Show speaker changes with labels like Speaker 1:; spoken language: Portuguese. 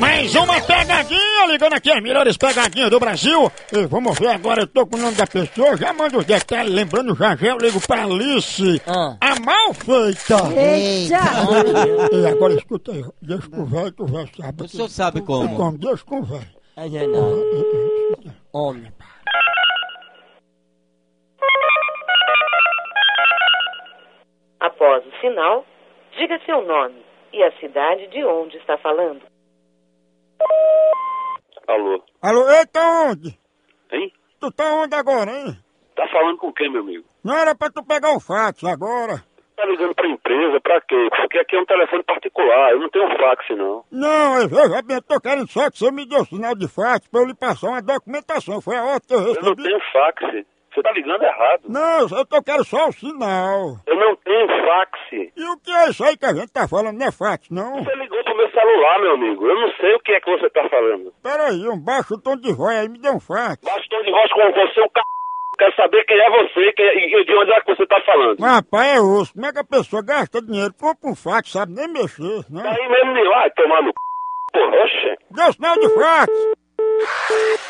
Speaker 1: mais uma pegadinha, ligando aqui as melhores pegadinhas do Brasil. E vamos ver agora, eu tô com o nome da pessoa, já mando os detalhes, lembrando já já eu ligo pra Alice.
Speaker 2: Ah.
Speaker 1: A mal feita.
Speaker 3: Eita!
Speaker 1: E agora escuta aí, deixa com o velho que o velho sabe.
Speaker 2: O senhor sabe como?
Speaker 1: Como? Deixa com o velho.
Speaker 2: É verdade. Homem.
Speaker 4: Após o sinal, diga seu nome e a cidade de onde está falando.
Speaker 5: Alô?
Speaker 1: Alô, ei, tá onde?
Speaker 5: Hein?
Speaker 1: Tu tá onde agora, hein?
Speaker 5: Tá falando com quem, meu amigo?
Speaker 1: Não era pra tu pegar o fax agora.
Speaker 5: Tá ligando pra empresa, pra quê? Porque aqui é um telefone particular, eu não tenho fax, não.
Speaker 1: Não, eu veja bem, eu tô querendo só que você me deu sinal de fax pra eu lhe passar uma documentação. Foi a hora que eu
Speaker 5: Eu não
Speaker 1: recebi.
Speaker 5: tenho fax. Você tá ligando errado.
Speaker 1: Não, eu tô querendo só o sinal.
Speaker 5: Eu não tenho fax. Você
Speaker 1: E o que é isso aí que a gente tá falando? Não é fax, não?
Speaker 5: ligou pro meu celular, meu amigo. Eu não sei o que é que você tá falando.
Speaker 1: Peraí, um baixo tom de voz aí, me deu um fax.
Speaker 5: Bastou de voz com você, o c... Quero saber quem é você quem é- e de onde é que você tá falando.
Speaker 1: Mas, rapaz, é osso. Como é que a pessoa gasta dinheiro? Compra um fax, sabe nem mexer, né?
Speaker 5: Tá aí mesmo de lá, tomar no c... Porra, oxe.
Speaker 1: Deu sinal de fax!